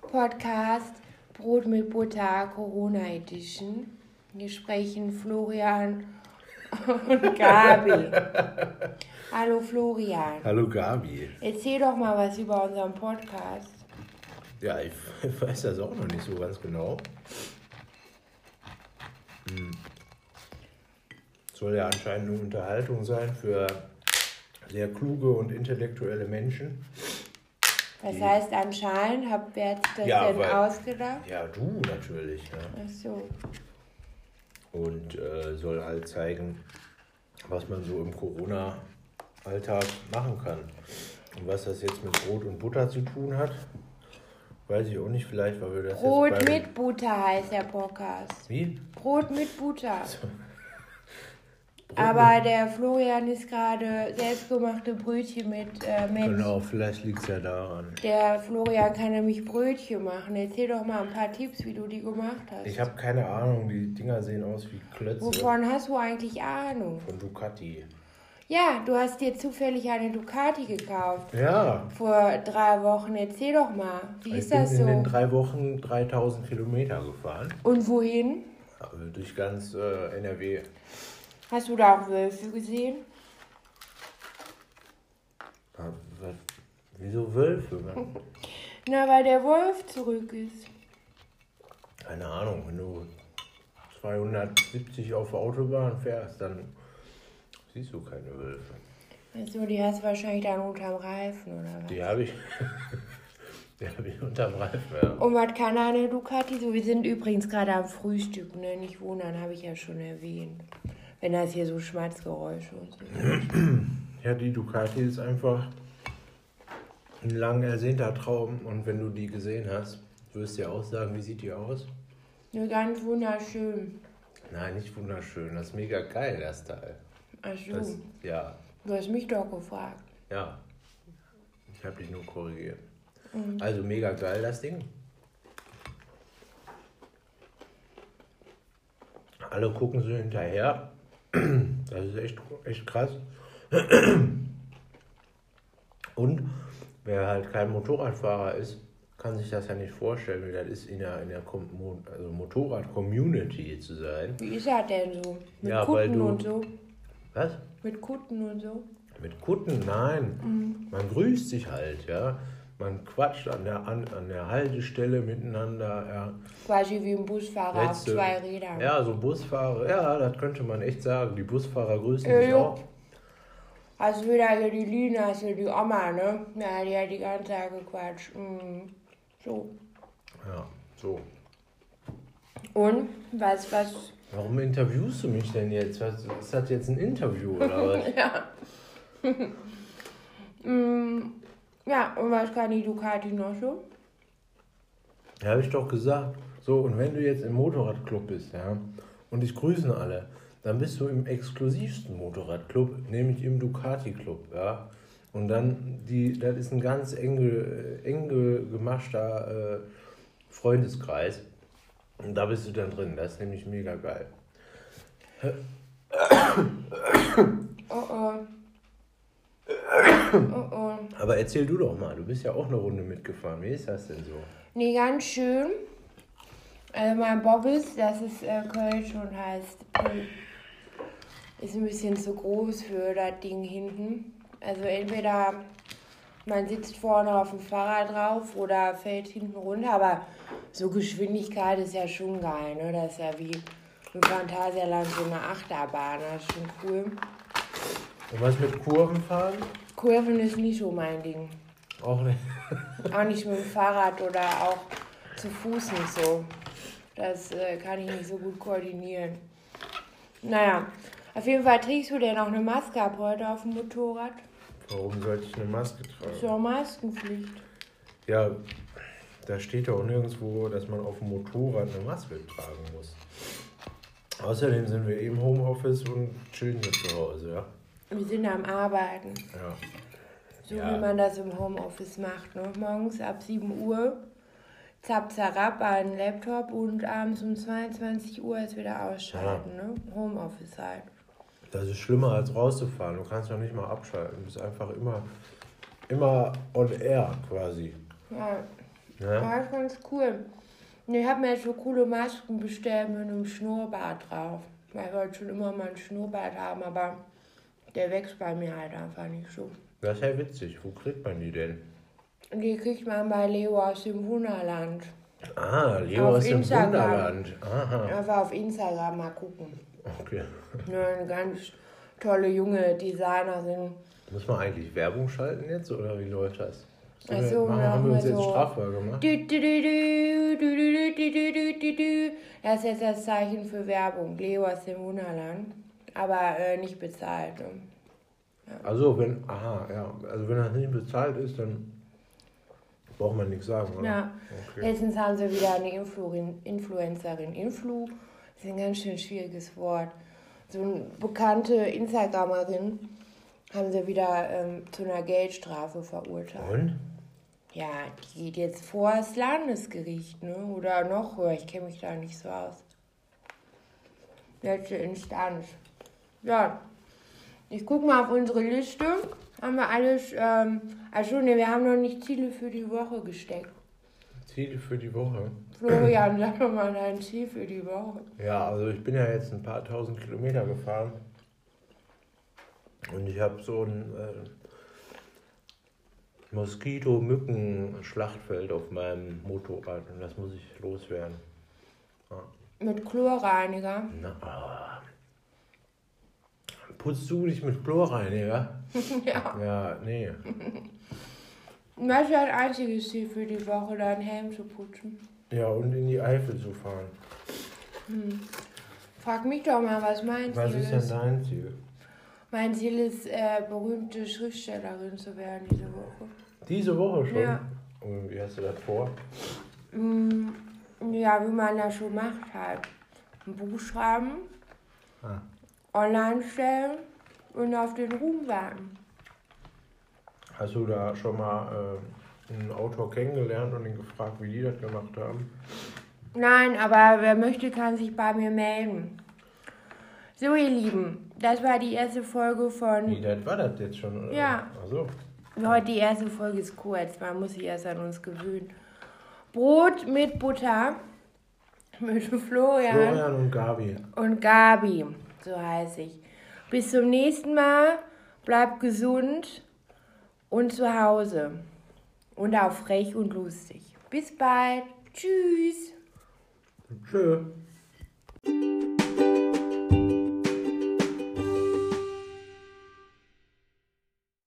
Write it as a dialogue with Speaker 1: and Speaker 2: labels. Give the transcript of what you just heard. Speaker 1: Podcast Brot mit Butter Corona Edition. Hier sprechen Florian und Gabi. Hallo Florian.
Speaker 2: Hallo Gabi.
Speaker 1: Erzähl doch mal was über unseren Podcast.
Speaker 2: Ja, ich weiß das auch noch nicht so ganz genau. Hm. Soll ja anscheinend eine Unterhaltung sein für sehr kluge und intellektuelle Menschen.
Speaker 1: Das
Speaker 2: Die-
Speaker 1: heißt anscheinend, habt ihr jetzt das
Speaker 2: Ja,
Speaker 1: denn
Speaker 2: weil-
Speaker 1: ausgedacht?
Speaker 2: Ja, du natürlich. Ne?
Speaker 1: Ach so.
Speaker 2: Und äh, soll halt zeigen, was man so im Corona-Alltag machen kann. Und was das jetzt mit Brot und Butter zu tun hat, weiß ich auch nicht. Vielleicht, weil wir das
Speaker 1: Brot
Speaker 2: jetzt beim-
Speaker 1: mit Butter heißt der Podcast.
Speaker 2: Wie?
Speaker 1: Brot mit Butter.
Speaker 2: Brot
Speaker 1: Aber der Florian ist gerade selbstgemachte Brötchen mit äh,
Speaker 2: mit-
Speaker 1: Metz.
Speaker 2: Genau, vielleicht liegt es ja daran.
Speaker 1: Der Florian kann nämlich Brötchen machen. Erzähl doch mal ein paar Tipps, wie du die gemacht hast.
Speaker 2: Ich habe keine Ahnung, die Dinger sehen aus wie Klötze
Speaker 1: Wovon hast du eigentlich Ahnung?
Speaker 2: von Ducati.
Speaker 1: Ja, du hast dir zufällig eine Ducati gekauft.
Speaker 2: Ja,
Speaker 1: Vor drei Wochen. Erzähl doch mal. Wie
Speaker 2: ich
Speaker 1: ist
Speaker 2: bin
Speaker 1: das
Speaker 2: in den
Speaker 1: so?
Speaker 2: drei Wochen 3000 Kilometer gefahren.
Speaker 1: Und wohin?
Speaker 2: Also durch ganz äh, NRW.
Speaker 1: Hast du da auch Wölfe gesehen?
Speaker 2: Ja, Ah, was- Wieso Wölfe? ne? Was-
Speaker 1: Na, weil der Wolf zurück ist.
Speaker 2: Keine Ahnung, wenn du 270 auf der Autobahn fährst, dann siehst du keine Wölfe.
Speaker 1: Achso, Also, die hast du wahrscheinlich dann unterm Reifen, oder was?
Speaker 2: Die habe ich, die hab ich unterm Reifen. Ja.
Speaker 1: Und was kann eine Ducati so? Wir sind übrigens gerade am Frühstück, ne? Nicht wundern, habe ich ja schon erwähnt. Wenn das hier so Schmatzgeräusche und so.
Speaker 2: Ja, die Ducati ist einfach ein lang ersehnter Traum. Und wenn du die gesehen hast, wirst du ja auch sagen, wie sieht die aus?
Speaker 1: Ne, ganz wunderschön.
Speaker 2: Nein, nicht wunderschön. Das ist mega geil, das Teil.
Speaker 1: Ach so,
Speaker 2: Das, ja,
Speaker 1: du hast mich doch gefragt.
Speaker 2: ja. Ich habe dich nur korrigiert. Also mega geil, das Ding. Alle gucken so hinterher. Das ist echt, echt krass. Und wer halt kein Motorradfahrer ist, kann sich das ja nicht vorstellen, wie das ist, in der, in der Kom- Mo- also Motorrad-Community zu sein.
Speaker 1: Wie ist das denn so? Mit
Speaker 2: Ja,
Speaker 1: Kutten
Speaker 2: weil du-
Speaker 1: und so?
Speaker 2: Was?
Speaker 1: Mit Kutten und so?
Speaker 2: Mit Kutten, nein. Man grüßt sich halt, ja. Man quatscht an der, an, an der Haltestelle miteinander.
Speaker 1: Quasi wie ein Busfahrer
Speaker 2: Ja.
Speaker 1: auf zwei Rädern.
Speaker 2: Ja, so Busfahrer. Ja, das könnte man echt sagen. Die Busfahrer grüßen
Speaker 1: Ja,
Speaker 2: sich
Speaker 1: ja.
Speaker 2: auch.
Speaker 1: Also wieder hier die Lina, also die Oma, ne? Ja, die hat die ganze Zeit gequatscht. Mhm. So.
Speaker 2: Ja, so.
Speaker 1: Und? Was, was?
Speaker 2: Warum interviewst du mich denn jetzt? Was, ist das jetzt ein Interview oder was?
Speaker 1: Mhm. Ja, und was kann die Ducati noch so?
Speaker 2: Ja, habe ich doch gesagt. So, und wenn du jetzt im Motorradclub bist, ja, und dich grüßen alle, dann bist du im exklusivsten Motorradclub, nämlich im Ducati-Club, ja. Und dann, die, das ist ein ganz eng, ge- äh, eng ge- gemaschter äh, Freundeskreis. Und da bist du dann drin. Das ist nämlich mega geil.
Speaker 1: Oh oh. Oh oh.
Speaker 2: Aber erzähl du doch mal, du bist ja auch eine Runde mitgefahren. Wie ist das denn so?
Speaker 1: Nee, ganz schön. Also mein Bobbis, das ist äh, Kölsch und heißt. äh, Ist ein bisschen zu groß für das Ding hinten. Also entweder man sitzt vorne auf dem Fahrrad drauf oder fällt hinten runter, aber so Geschwindigkeit ist ja schon geil, ne? Das ist ja wie im Phantasialand so eine Achterbahn, das ist schon cool.
Speaker 2: Und was mit Kurvenfahren?
Speaker 1: Kurven ist nicht so mein Ding.
Speaker 2: Auch nicht.
Speaker 1: Auch nicht mit dem Fahrrad oder auch zu Fuß nicht so. Das äh, kann ich nicht so gut koordinieren. Naja, auf jeden Fall trägst du denn auch eine Maske ab heute auf dem Motorrad?
Speaker 2: Warum sollte ich eine Maske tragen?
Speaker 1: Ist ja auch Maskenpflicht.
Speaker 2: Ja, da steht ja auch nirgendwo, dass man auf dem Motorrad eine Maske tragen muss. Außerdem sind wir eben Homeoffice und chillen hier zu Hause, ja.
Speaker 1: Wir sind am Arbeiten.
Speaker 2: Ja,
Speaker 1: So
Speaker 2: Ja.
Speaker 1: wie man das im Homeoffice macht. Ne? Morgens ab 7 Uhr zapp zarab an den Laptop und abends um 22 Uhr ist wieder ausschalten. Ne? Homeoffice halt.
Speaker 2: das ist schlimmer als rauszufahren. Du kannst noch nicht mal abschalten. Du bist einfach immer, immer on air quasi. ne?
Speaker 1: Ja. Ja.
Speaker 2: Ja.
Speaker 1: Das ist ganz Ah, cool. Und ich habe mir jetzt so coole Masken bestellt mit einem Schnurrbart drauf. Weil ich wollte schon immer mal einen Schnurrbart haben, aber der wächst bei mir halt einfach nicht so.
Speaker 2: Das ist ja witzig. Wo kriegt man die denn?
Speaker 1: Und die kriegt man bei Leo aus dem Wunderland.
Speaker 2: Ah, Leo
Speaker 1: Auf
Speaker 2: aus dem
Speaker 1: Instagram.
Speaker 2: Wunderland. Aha.
Speaker 1: Einfach auf Instagram mal gucken.
Speaker 2: Okay.
Speaker 1: Ja, eine ganz tolle junge Designer sind.
Speaker 2: Muss man eigentlich Werbung schalten jetzt oder wie läuft das?
Speaker 1: Ach so,
Speaker 2: machen,
Speaker 1: wir also
Speaker 2: haben wir uns
Speaker 1: machen
Speaker 2: jetzt
Speaker 1: so-
Speaker 2: strafbar gemacht?
Speaker 1: Du, du, du, du, du, du, du, du, du, du, du. Das ist jetzt das Zeichen für Werbung. Leo aus dem Wunderland. Aber äh, nicht bezahlt. Ne?
Speaker 2: Also wenn, aha, ja, also wenn das nicht bezahlt ist, dann braucht man nichts sagen, oder?
Speaker 1: Ja.
Speaker 2: Okay.
Speaker 1: Letztens haben sie wieder eine Influin Influencerin. Influ ist ein ganz schön schwieriges Wort. So eine bekannte Instagramerin haben sie wieder ähm, zu einer Geldstrafe verurteilt.
Speaker 2: Und?
Speaker 1: Ja, die geht jetzt vor das Landesgericht, ne? Oder noch höher, ich kenne mich da nicht so aus. Letzte Instanz. Ja, ich gucke mal auf unsere Liste. Haben wir alles, ähm, also ne, wir haben noch nicht Ziele für die Woche gesteckt.
Speaker 2: Ziele für die Woche.
Speaker 1: Florian, sag doch mal dein Ziel für die Woche.
Speaker 2: Ja, also ich bin ja jetzt ein paar tausend Kilometer gefahren und ich habe so ein äh, Moskito-Mücken-Schlachtfeld auf meinem Motorrad und das muss ich loswerden.
Speaker 1: Mit Chlorreiniger.
Speaker 2: Na, ah. Putzt du dich mit Chlorreiniger?
Speaker 1: ja.
Speaker 2: Ja, nee.
Speaker 1: Das ist dein einziges Ziel für die Woche, deinen Helm zu putzen.
Speaker 2: Ja, und in die Eifel zu fahren.
Speaker 1: Frag mich doch mal, was meinst
Speaker 2: Was
Speaker 1: du?
Speaker 2: ist denn dein Ziel?
Speaker 1: Mein Ziel ist, äh, berühmte Schriftstellerin zu werden diese Woche.
Speaker 2: Diese Woche schon?
Speaker 1: Ja.
Speaker 2: Und wie hast du das vor?
Speaker 1: Mm, ja, wie man das schon macht halt. Ein Buch schreiben,
Speaker 2: Ah.
Speaker 1: online stellen und auf den Ruhm warten.
Speaker 2: Hast du da schon mal äh, einen Autor kennengelernt und ihn gefragt, wie die das gemacht haben?
Speaker 1: Nein, aber wer möchte, kann sich bei mir melden. So, ihr Lieben, das war die erste Folge
Speaker 2: Wie,
Speaker 1: von...
Speaker 2: das war das jetzt schon? Oder?
Speaker 1: Ja.
Speaker 2: Also,
Speaker 1: Heute die erste Folge ist kurz, man muss sich erst an uns gewöhnen. Brot mit Butter mit Florian.
Speaker 2: Florian und Gabi.
Speaker 1: und Gabi, so heiße ich. Bis zum nächsten Mal. Bleibt gesund und zu Hause. Und auch frech und lustig. Bis bald. Tschüss.
Speaker 2: Tschö.